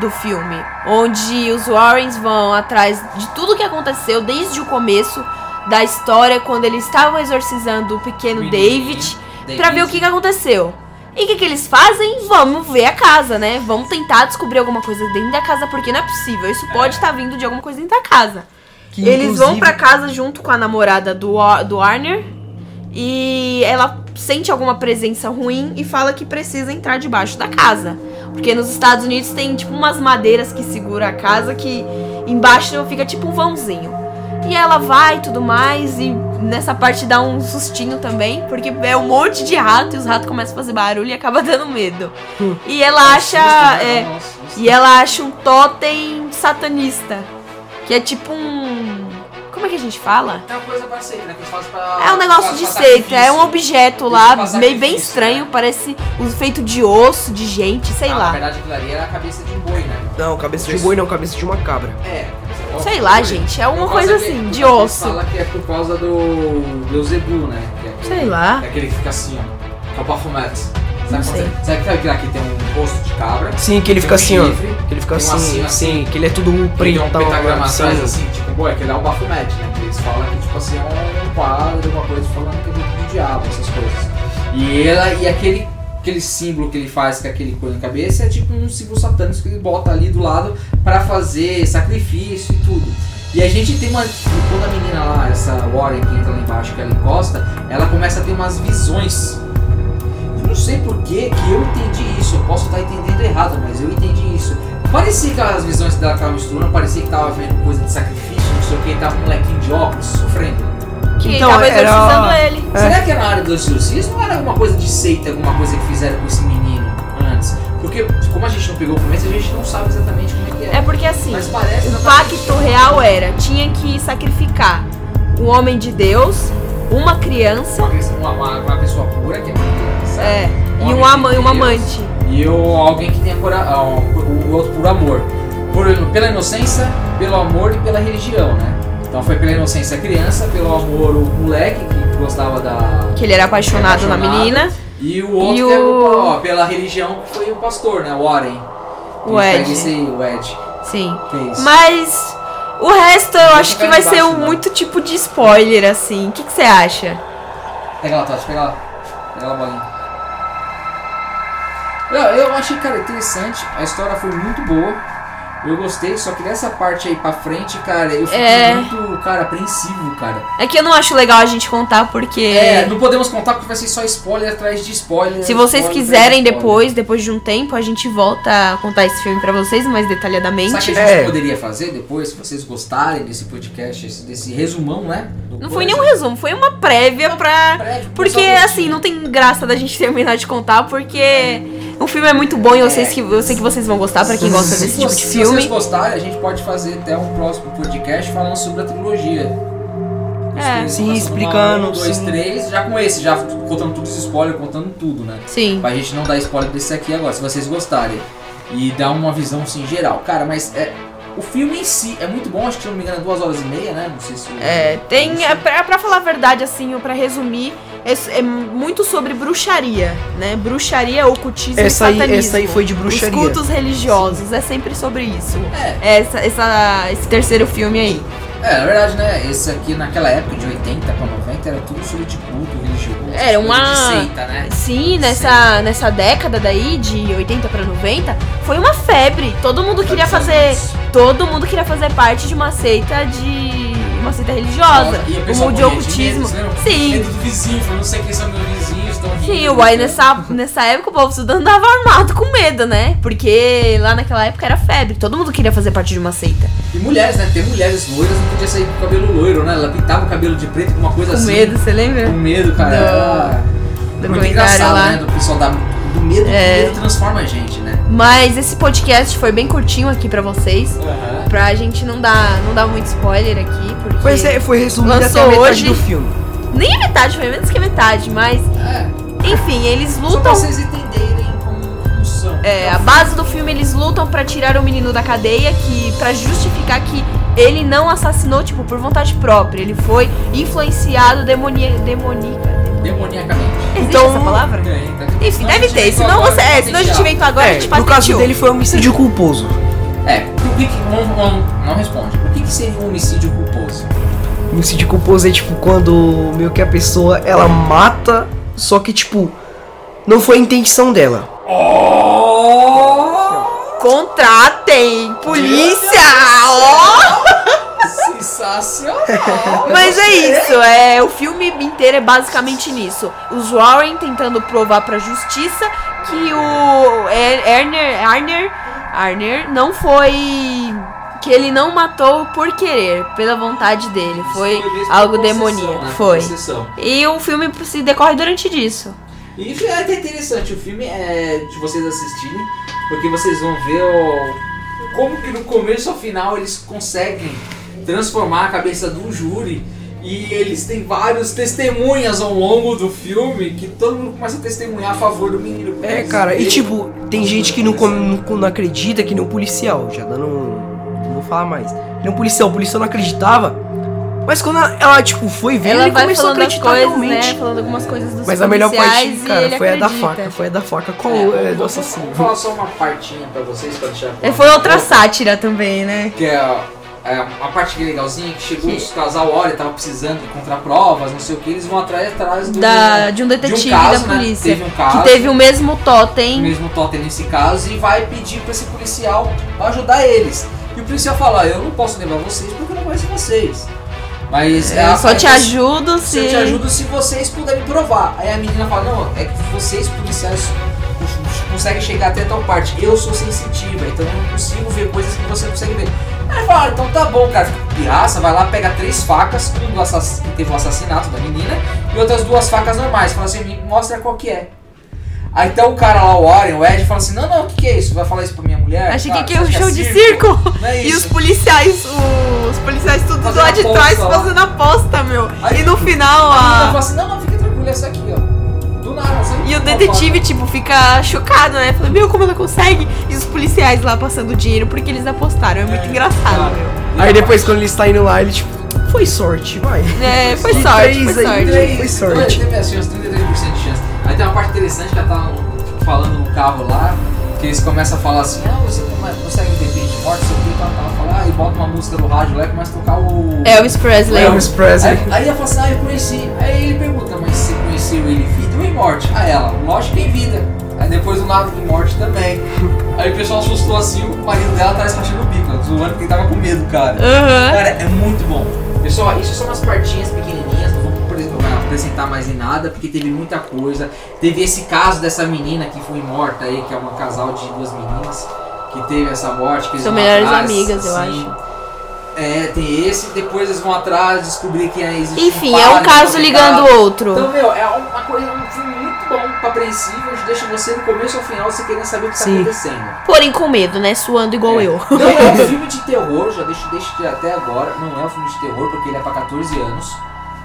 [SPEAKER 2] do filme. Onde os Warrens vão atrás de tudo que aconteceu desde o começo da história, quando eles estavam exorcizando o pequeno
[SPEAKER 4] Menino, né?
[SPEAKER 2] David,
[SPEAKER 4] David.
[SPEAKER 2] pra ver o que, que aconteceu. E o que, que eles fazem? Vamos ver a casa, né? Vamos tentar descobrir alguma coisa dentro da casa, porque não é possível. Isso pode estar vindo de alguma coisa dentro da casa.
[SPEAKER 3] Que,
[SPEAKER 2] Eles vão
[SPEAKER 3] inclusive,
[SPEAKER 2] pra casa junto com a namorada do, Wa- do Warner e ela sente alguma presença ruim e fala que precisa entrar debaixo da casa. Porque nos Estados Unidos tem tipo umas madeiras que segura a casa que embaixo fica tipo um vãozinho. E ela vai e tudo mais e nessa parte dá um sustinho também, porque é um monte de rato e os ratos começam a fazer barulho e acaba dando medo.
[SPEAKER 3] Hum.
[SPEAKER 2] E ela acha, é, e ela acha um totem satanista. Que é tipo um. Como é que a gente fala?
[SPEAKER 4] É uma coisa pra seita, né? Que eles fazem pra-
[SPEAKER 2] É um negócio
[SPEAKER 4] pra-
[SPEAKER 2] de
[SPEAKER 4] pra
[SPEAKER 2] seita, é um
[SPEAKER 4] sacrifício. né?
[SPEAKER 2] objeto
[SPEAKER 4] Eles
[SPEAKER 2] lá,
[SPEAKER 4] fazem
[SPEAKER 2] meio bem
[SPEAKER 4] sacrifício,
[SPEAKER 2] estranho,
[SPEAKER 4] né?
[SPEAKER 2] parece um feito de osso, de gente, sei
[SPEAKER 4] Ah, Na
[SPEAKER 2] lá.
[SPEAKER 4] verdade, aquilo ali era a cabeça de um boi, né?
[SPEAKER 3] Não, cabeça de boi não, cabeça de uma cabra.
[SPEAKER 4] É.
[SPEAKER 2] Sei lá, gente, é uma
[SPEAKER 4] Por
[SPEAKER 2] coisa
[SPEAKER 4] causa que-
[SPEAKER 2] assim,
[SPEAKER 4] por
[SPEAKER 2] de
[SPEAKER 4] causa que
[SPEAKER 2] osso.
[SPEAKER 4] Fala que é por causa do Beuzebu, né? Que é aquele-
[SPEAKER 2] Sei lá.
[SPEAKER 4] É aquele que fica assim, ó. Que é o Baphomet.
[SPEAKER 2] Não
[SPEAKER 4] Sabe
[SPEAKER 2] sei.
[SPEAKER 4] quando- sabe que aquele aqui tem um rosto de cabra?
[SPEAKER 3] Sim, que ele
[SPEAKER 4] tem
[SPEAKER 3] fica
[SPEAKER 4] um
[SPEAKER 3] assim, ó.
[SPEAKER 4] chifre,
[SPEAKER 3] Que ele fica
[SPEAKER 4] tem um
[SPEAKER 3] assim,
[SPEAKER 4] lacinho
[SPEAKER 3] assim, que ele é tudo
[SPEAKER 4] Tem
[SPEAKER 3] pretão.
[SPEAKER 4] um pentagrama atrás,
[SPEAKER 3] assim.
[SPEAKER 4] assim, tipo, boi, aquele é o Baphomet, né? Que eles falam que, tipo assim, é um quadro, uma coisa falando que é do diabo, essas coisas. E, ela, e aquele, aquele símbolo que ele faz com aquele coelho na cabeça é tipo um símbolo satânico que ele bota ali do lado pra fazer sacrifício e tudo. E a gente tem uma. Quando a menina lá, essa Warren que entra lá embaixo, que ela encosta, ela começa a ter umas visões. Eu não sei por que que eu entendi isso. Eu posso estar entendendo errado, mas eu entendi isso. Parecia que as visões dela estavam misturando, parecia que tava vendo coisa de sacrifício, não sei o que, tava um molequinho de óculos sofrendo.
[SPEAKER 2] Que
[SPEAKER 3] Então,
[SPEAKER 2] tava
[SPEAKER 3] era-
[SPEAKER 2] exorcizando ele.
[SPEAKER 4] Será que era na área do exorcismo ou era alguma coisa de seita, alguma coisa que fizeram com esse menino antes? Porque, como a gente não pegou o começo, a gente não sabe exatamente como é que é.
[SPEAKER 2] É porque assim,
[SPEAKER 4] Mas parece tá
[SPEAKER 2] o
[SPEAKER 4] exatamente-
[SPEAKER 2] pacto real era, tinha que sacrificar um homem de Deus, uma criança,
[SPEAKER 4] Uma, pessoa- uma- uma- uma pessoa pura, que é uma criança.
[SPEAKER 2] é, e
[SPEAKER 4] homem
[SPEAKER 2] um
[SPEAKER 4] de
[SPEAKER 2] ama- e um
[SPEAKER 4] Deus.
[SPEAKER 2] amante.
[SPEAKER 4] E eu, alguém que tenha coração, o outro por amor. Por- pela inocência, pelo amor e pela religião, né? Então foi pela inocência a criança, pelo amor o moleque que gostava da.
[SPEAKER 2] Que ele era apaixonado na
[SPEAKER 4] Apaixonado.
[SPEAKER 2] menina.
[SPEAKER 4] E o outro
[SPEAKER 2] E
[SPEAKER 4] que
[SPEAKER 2] o-
[SPEAKER 4] é o- ó, pela religião que foi o pastor, né? O Warren.
[SPEAKER 2] O Ed.
[SPEAKER 4] Ele pega esse- o Ed.
[SPEAKER 2] Sim.
[SPEAKER 4] Que é isso.
[SPEAKER 2] Mas o resto eu
[SPEAKER 4] Deixa
[SPEAKER 2] acho que
[SPEAKER 4] cair
[SPEAKER 2] vai ser
[SPEAKER 4] embaixo,
[SPEAKER 2] um
[SPEAKER 4] né?
[SPEAKER 2] muito tipo de spoiler, assim. O que que você acha?
[SPEAKER 4] Pega lá, Tati, pega lá. Pega lá a bolinha. Eu, eu achei, cara, interessante. A história foi muito boa. Eu gostei, só que dessa parte aí pra frente, cara, eu fiquei
[SPEAKER 2] É.
[SPEAKER 4] muito, cara, apreensivo, cara.
[SPEAKER 2] É que eu não acho legal a gente contar, porque.
[SPEAKER 4] É, não podemos contar porque vai ser só spoiler atrás de spoiler.
[SPEAKER 2] Se vocês
[SPEAKER 4] spoiler
[SPEAKER 2] quiserem
[SPEAKER 4] atrás de spoiler.
[SPEAKER 2] depois, depois de um tempo, a gente volta a contar esse filme pra vocês mais
[SPEAKER 4] Sabe o que
[SPEAKER 2] detalhadamente.
[SPEAKER 4] a gente
[SPEAKER 3] É.
[SPEAKER 4] poderia fazer depois, se vocês gostarem desse podcast, esse- desse resumão, né? Do
[SPEAKER 2] Não foi
[SPEAKER 4] coisa?
[SPEAKER 2] nem um resumo, foi uma prévia pra.
[SPEAKER 4] Prévio,
[SPEAKER 2] Porque
[SPEAKER 4] só um
[SPEAKER 2] assim, não tem graça da gente terminar de contar, porque o filme é muito bom e eu sei que, eu sei que vocês vão gostar pra quem gosta
[SPEAKER 4] Se
[SPEAKER 2] desse tipo de
[SPEAKER 4] vocês- Se vocês
[SPEAKER 2] filme.
[SPEAKER 4] gostarem, a gente pode fazer até um próximo podcast falando sobre a trilogia. Os
[SPEAKER 2] É.
[SPEAKER 4] filmes
[SPEAKER 3] Sim,
[SPEAKER 4] começam
[SPEAKER 3] explicando,
[SPEAKER 4] Um, dois,
[SPEAKER 3] sim.
[SPEAKER 4] três, já com esse, já contando todos os spoilers, contando tudo, né?
[SPEAKER 2] Sim.
[SPEAKER 4] Pra gente não dar spoiler desse aqui agora, se vocês gostarem. E dar uma visão assim geral. Cara, mas é, o filme em si é muito bom, acho que se eu não me engano é duas horas e meia, né? Não sei se.
[SPEAKER 2] É, tem.
[SPEAKER 4] Isso.
[SPEAKER 2] É, pra, pra falar a verdade, assim, ou pra resumir, é, s- é muito sobre bruxaria, né? Bruxaria, ocultismo
[SPEAKER 3] Essa
[SPEAKER 2] e
[SPEAKER 3] aí,
[SPEAKER 2] satanismo.
[SPEAKER 3] essa aí foi de
[SPEAKER 2] Os
[SPEAKER 3] bruxaria.
[SPEAKER 2] cultos religiosos, é sempre sobre isso.
[SPEAKER 4] É.
[SPEAKER 2] É Essa, essa, esse terceiro filme aí.
[SPEAKER 4] É, na verdade, né? Esse aqui naquela época de 80 pra 90 era tudo sobre de culto religioso.
[SPEAKER 2] Era
[SPEAKER 4] coisa
[SPEAKER 2] uma-
[SPEAKER 4] De seita, né?
[SPEAKER 2] Sim, nessa, nessa década daí, de 80 pra 90, foi uma febre. Todo mundo queria fazer. Todo mundo queria fazer parte de uma seita de. uma seita religiosa.
[SPEAKER 4] E o
[SPEAKER 2] Um
[SPEAKER 4] pessoal
[SPEAKER 2] de
[SPEAKER 4] morria de
[SPEAKER 2] ocultismo.
[SPEAKER 4] medo, né?
[SPEAKER 2] Sim.
[SPEAKER 4] Medo do vizinho, falou, não sei quem são meus vizinhos, estão rindo.
[SPEAKER 2] Sim, uai, nessa, nessa época o povo estudando tava armado com medo, né? Porque lá naquela época era febre, todo mundo queria fazer parte de uma seita.
[SPEAKER 4] E mulheres, né? Tem mulheres loiras, não podia sair com o cabelo loiro, né? Ela pintava o cabelo de preto com uma coisa
[SPEAKER 2] Com
[SPEAKER 4] assim.
[SPEAKER 2] medo, você
[SPEAKER 4] Com
[SPEAKER 2] lembra?
[SPEAKER 4] medo,
[SPEAKER 2] Do-
[SPEAKER 4] cara.
[SPEAKER 2] Do
[SPEAKER 4] Era muito
[SPEAKER 2] comentário
[SPEAKER 4] engraçado,
[SPEAKER 2] lá. É.
[SPEAKER 4] né? Do pessoal da... do medo, o medo transforma a gente, né?
[SPEAKER 2] Mas esse podcast foi bem curtinho aqui pra vocês. Pra gente não dar, não dar muito spoiler aqui, porque.
[SPEAKER 3] Pois é, foi resumido
[SPEAKER 2] Lançou
[SPEAKER 3] até a metade
[SPEAKER 2] hoje.
[SPEAKER 3] do filme.
[SPEAKER 2] Nem é metade, foi menos que metade, mas.
[SPEAKER 4] É.
[SPEAKER 2] Enfim, eles
[SPEAKER 4] Só pra
[SPEAKER 2] lutam.
[SPEAKER 4] vocês entenderem como, como Então, são.
[SPEAKER 2] É, a base do filme eles lutam pra tirar o menino da cadeia, que para justificar que ele não assassinou, tipo, por vontade própria. Ele foi influenciado demonia, demonica.
[SPEAKER 4] Demoniacamente.
[SPEAKER 2] Existe
[SPEAKER 3] Então-
[SPEAKER 2] essa palavra?
[SPEAKER 4] Tem, tá?
[SPEAKER 2] Enfim,
[SPEAKER 4] Senão a
[SPEAKER 2] deve
[SPEAKER 4] gente
[SPEAKER 2] ter.
[SPEAKER 4] inventou
[SPEAKER 2] Senão
[SPEAKER 4] agora,
[SPEAKER 2] você. É,
[SPEAKER 4] vamos
[SPEAKER 2] senão a gente
[SPEAKER 4] deixar.
[SPEAKER 2] inventou agora, a gente
[SPEAKER 3] no caso
[SPEAKER 2] patenteou.
[SPEAKER 3] dele foi um homicídio culposo.
[SPEAKER 4] É, o que que. Não, não, não responde. O que, que seria um homicídio culposo?
[SPEAKER 3] Homicídio culposo é tipo quando meio que a pessoa ela mata, só que tipo, não foi a intenção dela.
[SPEAKER 4] Oh!
[SPEAKER 2] Contratem! Polícia! Ó!
[SPEAKER 4] Sensacional!
[SPEAKER 2] Mas é isso, é o filme inteiro é basicamente nisso. Os Warren tentando provar pra justiça que o Er- Erner, Arner, Arner não foi que ele não matou por querer, pela vontade dele, foi algo
[SPEAKER 4] né?
[SPEAKER 2] demoníaco, foi. E o filme se decorre durante disso.
[SPEAKER 4] E isso é até interessante, o filme é de vocês assistirem, porque vocês vão ver o- como que no começo ao final eles conseguem transformar a cabeça do júri e eles têm vários testemunhas ao longo do filme que todo mundo começa a testemunhar a favor do menino.
[SPEAKER 3] É, cara, e tipo, tem gente que não, come- não, não acredita que nem um policial, já dando um. Não vou falar mais. Nem um policial, o policial não acreditava. Mas quando ela, ela, tipo, foi ver,
[SPEAKER 2] Ela
[SPEAKER 3] ele
[SPEAKER 2] vai
[SPEAKER 3] começou a
[SPEAKER 2] falando as
[SPEAKER 3] acreditar
[SPEAKER 2] coisas, né?
[SPEAKER 3] realmente.
[SPEAKER 2] Falando algumas coisas dos
[SPEAKER 3] Mas a melhor
[SPEAKER 2] policiais
[SPEAKER 3] parte,
[SPEAKER 2] e
[SPEAKER 3] cara,
[SPEAKER 2] ele
[SPEAKER 3] foi a da
[SPEAKER 2] acredita.
[SPEAKER 3] faca. Foi a da faca. Qual é,
[SPEAKER 4] É,
[SPEAKER 3] do
[SPEAKER 4] vou-
[SPEAKER 3] assassino?
[SPEAKER 4] Vou falar só uma partinha pra vocês, pra deixar...
[SPEAKER 2] É, Foi outra sátira também, né?
[SPEAKER 4] Que é a, é a parte que é legalzinha, que chegou os casal, olha, tava precisando encontrar provas, não sei o que, eles vão atrás, atrás do...
[SPEAKER 2] Da, de um
[SPEAKER 4] de um
[SPEAKER 2] detetive da
[SPEAKER 4] caso, né?
[SPEAKER 2] polícia.
[SPEAKER 4] Teve um caso,
[SPEAKER 2] que teve o mesmo
[SPEAKER 4] o
[SPEAKER 2] totem.
[SPEAKER 4] mesmo totem nesse caso, e vai pedir pra esse policial ajudar eles. E o policial fala, "Ah, eu não posso levar vocês porque eu não conheço vocês. Mas... é
[SPEAKER 2] Eu
[SPEAKER 4] a-
[SPEAKER 2] É, só te
[SPEAKER 4] a-
[SPEAKER 2] ajudo
[SPEAKER 4] se
[SPEAKER 2] se.
[SPEAKER 4] eu te ajudo se vocês puderem provar. Aí a menina fala, não, é que vocês policiais cons- conseguem chegar até tal parte. Eu sou sensitiva, então eu não consigo ver coisas que você não consegue ver. Aí ela fala, ah, então tá bom, cara. Fica com Pirraça, vai lá, pega três facas, um do assass- que teve o assassinato da menina, e outras duas facas normais. Fala assim, me mostra qual que é. Aí então o cara lá, o Warren, o Ed, fala assim, não, não, o que, que é isso? Vai falar isso pra minha mulher?
[SPEAKER 2] Achei que
[SPEAKER 4] Cara,
[SPEAKER 2] aqui é um
[SPEAKER 4] você acha
[SPEAKER 2] show de
[SPEAKER 4] circo?
[SPEAKER 2] circo.
[SPEAKER 4] Não é
[SPEAKER 2] E os
[SPEAKER 4] isso.
[SPEAKER 2] policiais, o- os policiais tudo
[SPEAKER 4] Fazendo
[SPEAKER 2] lá de
[SPEAKER 4] aposta
[SPEAKER 2] trás
[SPEAKER 4] lá.
[SPEAKER 2] fazendo aposta, meu.
[SPEAKER 4] Aí-
[SPEAKER 2] E no final
[SPEAKER 4] A menina fala
[SPEAKER 2] a.
[SPEAKER 4] assim, não, não, fica tranquilo, é essa aqui, ó. Do nada, sabe?
[SPEAKER 2] Ah. E o
[SPEAKER 4] Uma faca.
[SPEAKER 2] detetive, tipo, fica chocado, né? Fala, meu, como ela consegue? E os policiais lá passando dinheiro porque eles apostaram. É muito
[SPEAKER 4] É,
[SPEAKER 2] engraçado,
[SPEAKER 4] tá.
[SPEAKER 2] meu.
[SPEAKER 3] Aí depois, quando ele está indo lá, ele, tipo, foi sorte, vai.
[SPEAKER 2] É, foi
[SPEAKER 3] Que
[SPEAKER 2] sorte,
[SPEAKER 3] três
[SPEAKER 2] foi
[SPEAKER 3] aí,
[SPEAKER 2] sorte.
[SPEAKER 3] três. Foi
[SPEAKER 4] Foi
[SPEAKER 3] sorte.
[SPEAKER 4] sorte. Teve assim, a chance, 33% de chance. Aí tem uma parte interessante que ela tá tipo, falando no carro lá, que eles começam a falar assim, ah, você não vai- consegue ver gente morte, sei o que, tal, tal, fala, ah, e bota uma música no rádio lá e começa a tocar o...
[SPEAKER 3] É,
[SPEAKER 2] Elvis Presley.
[SPEAKER 3] Elvis Presley.
[SPEAKER 4] Aí, aí ela fala assim, ah, eu conheci. Aí ele pergunta, mas você conheceu ele em vida ou em morte? Ah, ela, lógico que em vida. Aí depois do lado de morte também. Aí o pessoal assustou assim, o marido dela tá rachando o bico, zoando porque tava com medo, cara.
[SPEAKER 2] Aham.
[SPEAKER 4] Cara, é muito bom. Pessoal, isso são umas partinhas pequenininhas, não vou apre- apresentar mais em nada, porque teve muita coisa. Teve esse caso dessa menina que foi morta aí, que é um casal de duas meninas, que teve essa morte. Que eles
[SPEAKER 2] São
[SPEAKER 4] vão
[SPEAKER 2] melhores
[SPEAKER 4] atrás,
[SPEAKER 2] amigas, eu
[SPEAKER 4] sim. É, tem esse, depois eles vão atrás descobrir que existe
[SPEAKER 2] Enfim,
[SPEAKER 4] um
[SPEAKER 2] é um
[SPEAKER 4] padre,
[SPEAKER 2] caso
[SPEAKER 4] um
[SPEAKER 2] ligando
[SPEAKER 4] pecado.
[SPEAKER 2] o outro.
[SPEAKER 4] Então, meu, é uma coisa, um filme muito bom, apreensível, deixa você do começo ao final, você querendo saber o que tá
[SPEAKER 3] Sim.
[SPEAKER 4] acontecendo.
[SPEAKER 2] Porém com medo, né? Suando igual
[SPEAKER 4] É.
[SPEAKER 2] eu.
[SPEAKER 4] Não é um filme de terror, já deixo, deixo de- até agora, não é um filme de terror porque ele é pra 14 anos,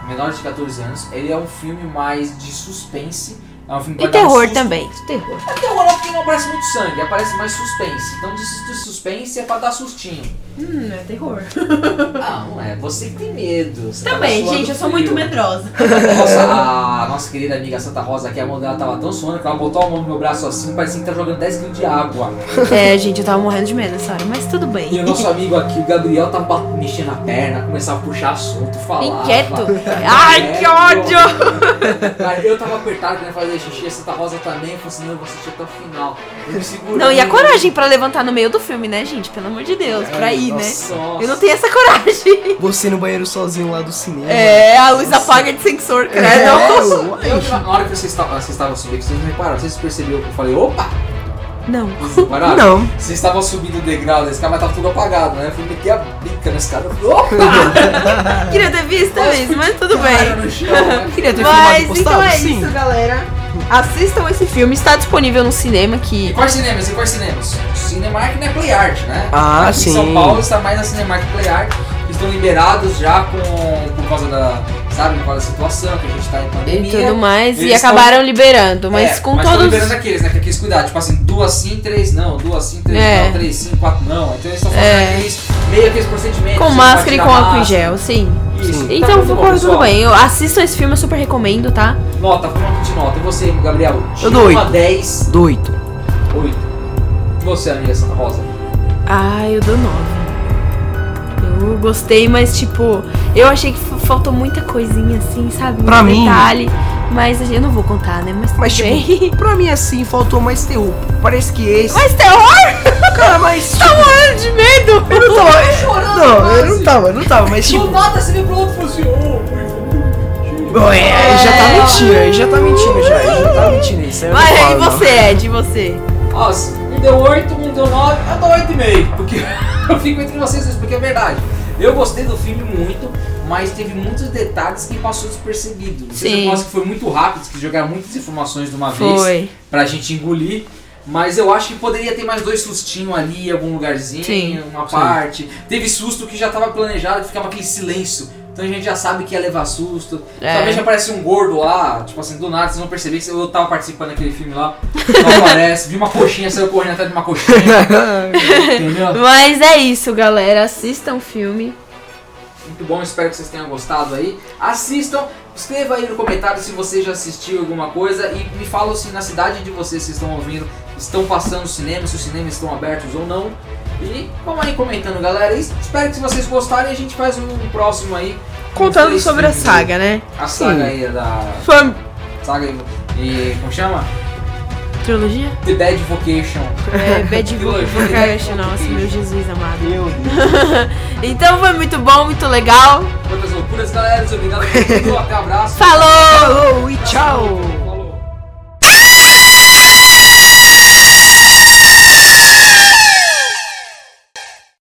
[SPEAKER 4] menores de 14 anos. Ele é um filme mais de suspense. É um filme
[SPEAKER 2] E
[SPEAKER 4] pra dar um
[SPEAKER 2] terror
[SPEAKER 4] susto.
[SPEAKER 2] também. Terror.
[SPEAKER 4] É terror é porque não aparece muito sangue, aparece mais suspense. Então de sus- de suspense é pra dar sustinho.
[SPEAKER 5] Hum, é terror.
[SPEAKER 4] Ah, não é. Você que tem medo. você
[SPEAKER 5] Também,
[SPEAKER 4] tava Tá suando
[SPEAKER 5] gente, eu sou
[SPEAKER 4] frio.
[SPEAKER 5] muito medrosa.
[SPEAKER 4] Nossa, a nossa querida amiga Santa Rosa aqui, a mão dela tava tão suando que ela botou a mão no meu braço assim, parecia que tá jogando 10 quilos de água.
[SPEAKER 2] É, gente, eu tava morrendo de medo nessa hora, mas tudo
[SPEAKER 4] E o
[SPEAKER 2] bem.
[SPEAKER 4] nosso amigo aqui, o Gabriel, tá ba- mexendo a perna, começava a puxar assunto, falar.
[SPEAKER 2] Inquieto. Ai,
[SPEAKER 4] É.
[SPEAKER 2] que ódio!
[SPEAKER 4] Cara, eu tava apertado querendo fazer xixi, a Santa Rosa também, falou assim, não, eu vou assistir até o final. Eu me segurei.
[SPEAKER 2] Não, e a coragem pra levantar no meio do filme, né, gente? Pelo amor de Deus, pra ir, né?
[SPEAKER 4] É, Nossa, nossa.
[SPEAKER 2] Eu não tenho essa coragem.
[SPEAKER 3] Você no banheiro sozinho lá do cinema.
[SPEAKER 2] É, a luz apaga de sensor,
[SPEAKER 3] É,
[SPEAKER 2] credo.
[SPEAKER 3] eu-
[SPEAKER 4] Eu, na hora que vocês estavam vocês estavam subindo, vocês não repararam, vocês perceberam que eu falei, opa, É.
[SPEAKER 2] Não.
[SPEAKER 4] vocês não repararam?
[SPEAKER 3] Não.
[SPEAKER 4] Vocês estavam subindo o degrau da escada, mas tava tudo apagado, né? Eu fui meter a bica na escada, eu falei, opa!
[SPEAKER 2] Queria ter visto mesmo, mas tudo
[SPEAKER 4] Cara,
[SPEAKER 2] bem.
[SPEAKER 4] no chão, né?
[SPEAKER 3] Queria ter filmado e
[SPEAKER 2] Mas então
[SPEAKER 3] postado,
[SPEAKER 2] é
[SPEAKER 3] sim.
[SPEAKER 2] isso, galera. Assistam esse filme, está disponível no cinema
[SPEAKER 4] E
[SPEAKER 2] que.
[SPEAKER 4] quais cinemas? E quais cinemas? Cinemark não é Play Art, né?
[SPEAKER 3] Ah,
[SPEAKER 4] Aqui
[SPEAKER 3] sim.
[SPEAKER 4] Em São Paulo está mais na Cinemark Play Art. que Estão liberados já com, por causa da, sabe, por causa da situação que a gente está em
[SPEAKER 2] E
[SPEAKER 4] pandemia.
[SPEAKER 2] tudo mais, e
[SPEAKER 4] é- Eles
[SPEAKER 2] acabaram liberando, mas
[SPEAKER 4] É,
[SPEAKER 2] com
[SPEAKER 4] mas tão
[SPEAKER 2] todos.
[SPEAKER 4] liberando aqueles, né? Que aqueles cuidar, tipo assim, duas sim, três não, duas sim, três
[SPEAKER 2] É.
[SPEAKER 4] não, três sim, quatro não. Então eles estão fazendo
[SPEAKER 2] É.
[SPEAKER 4] aqueles, meio aqueles procedimentos.
[SPEAKER 2] Com
[SPEAKER 4] você
[SPEAKER 2] máscara e
[SPEAKER 4] tirar
[SPEAKER 2] com álcool em
[SPEAKER 4] máscara.
[SPEAKER 2] gel, sim.
[SPEAKER 4] Isso. Tá
[SPEAKER 2] Então,
[SPEAKER 4] muito bom,
[SPEAKER 2] concordo, tudo
[SPEAKER 4] pessoal.
[SPEAKER 2] bem. Eu assistam esse filme, eu super recomendo, tá?
[SPEAKER 4] Nota, falando de nota. E você, Gabriel? De
[SPEAKER 3] Eu dou
[SPEAKER 4] 1 a
[SPEAKER 3] oito.
[SPEAKER 4] 10,
[SPEAKER 3] Doito.
[SPEAKER 4] 8. E você, amiga Santa Rosa?
[SPEAKER 2] Ah, eu dou 9. Eu gostei, mas tipo, eu achei que f- faltou muita coisinha assim, sabe?
[SPEAKER 3] Pra
[SPEAKER 2] Muito
[SPEAKER 3] mim.
[SPEAKER 2] Detalhe. Mas eu não vou contar, né? Mas, tudo
[SPEAKER 3] Mas, tipo,
[SPEAKER 2] bem.
[SPEAKER 3] Pra mim, assim, faltou mais terror. Parece que esse.
[SPEAKER 2] Mas terror
[SPEAKER 3] cara, mas.
[SPEAKER 2] de medo!
[SPEAKER 3] Eu não tava. é,
[SPEAKER 4] chorando
[SPEAKER 3] Não, eu
[SPEAKER 4] quase.
[SPEAKER 3] não tava, eu não tava, mas tipo.
[SPEAKER 4] nota, você vem pro outro e falou assim, ô,
[SPEAKER 3] Ué, aí já tá mentindo, aí já tá mentindo, já, aí já tá mentindo isso. aí eu não
[SPEAKER 2] Mas aí
[SPEAKER 3] falo, não.
[SPEAKER 2] você, Ed, e você?
[SPEAKER 4] Nossa, um deu 8, um deu 9, eu dou 8,5. Porque eu fico entre vocês dois, porque é verdade. Eu gostei do filme muito, mas teve muitos detalhes que passou despercebido. Vocês
[SPEAKER 2] Sim.
[SPEAKER 4] eu gosto que foi muito rápido, que jogaram muitas informações de uma vez
[SPEAKER 2] Foi.
[SPEAKER 4] pra gente engolir. Mas eu acho que poderia ter mais dois sustinhos ali, em algum lugarzinho,
[SPEAKER 2] Sim.
[SPEAKER 4] uma
[SPEAKER 3] Sim.
[SPEAKER 4] parte. Teve susto que já tava planejado, ficava aquele silêncio. Então a gente já sabe que ia levar susto.
[SPEAKER 2] É.
[SPEAKER 4] Talvez aparece um gordo lá, tipo assim, do nada, vocês vão perceber que eu tava participando daquele filme lá. Não aparece, vi uma coxinha, saiu correndo atrás de uma coxinha, entendeu?
[SPEAKER 2] Mas é isso, galera. Assistam o filme.
[SPEAKER 4] Muito bom, espero que vocês tenham gostado aí. Assistam, escreva aí no comentário se você já assistiu alguma coisa e me fala se na cidade de vocês que estão ouvindo estão passando cinema, se os cinemas estão abertos ou não. E vamos aí comentando, galera. E espero que vocês gostarem e a gente faz um próximo aí. com
[SPEAKER 2] Contando
[SPEAKER 4] três
[SPEAKER 2] sobre a
[SPEAKER 4] filmes.
[SPEAKER 2] saga, né?
[SPEAKER 4] A saga
[SPEAKER 3] Sim.
[SPEAKER 4] aí da.
[SPEAKER 2] Fam...
[SPEAKER 4] Saga e. Como chama?
[SPEAKER 2] Trilogia?
[SPEAKER 4] The Bad Vocation.
[SPEAKER 2] É, Bad
[SPEAKER 4] Trilogia.
[SPEAKER 2] Vocation, nossa, meu Jesus amado.
[SPEAKER 4] Meu Deus.
[SPEAKER 2] Então foi muito bom, muito legal.
[SPEAKER 4] Quantas loucuras, galera. Obrigado por tudo. Até Um abraço.
[SPEAKER 2] Falou!
[SPEAKER 3] Falou, e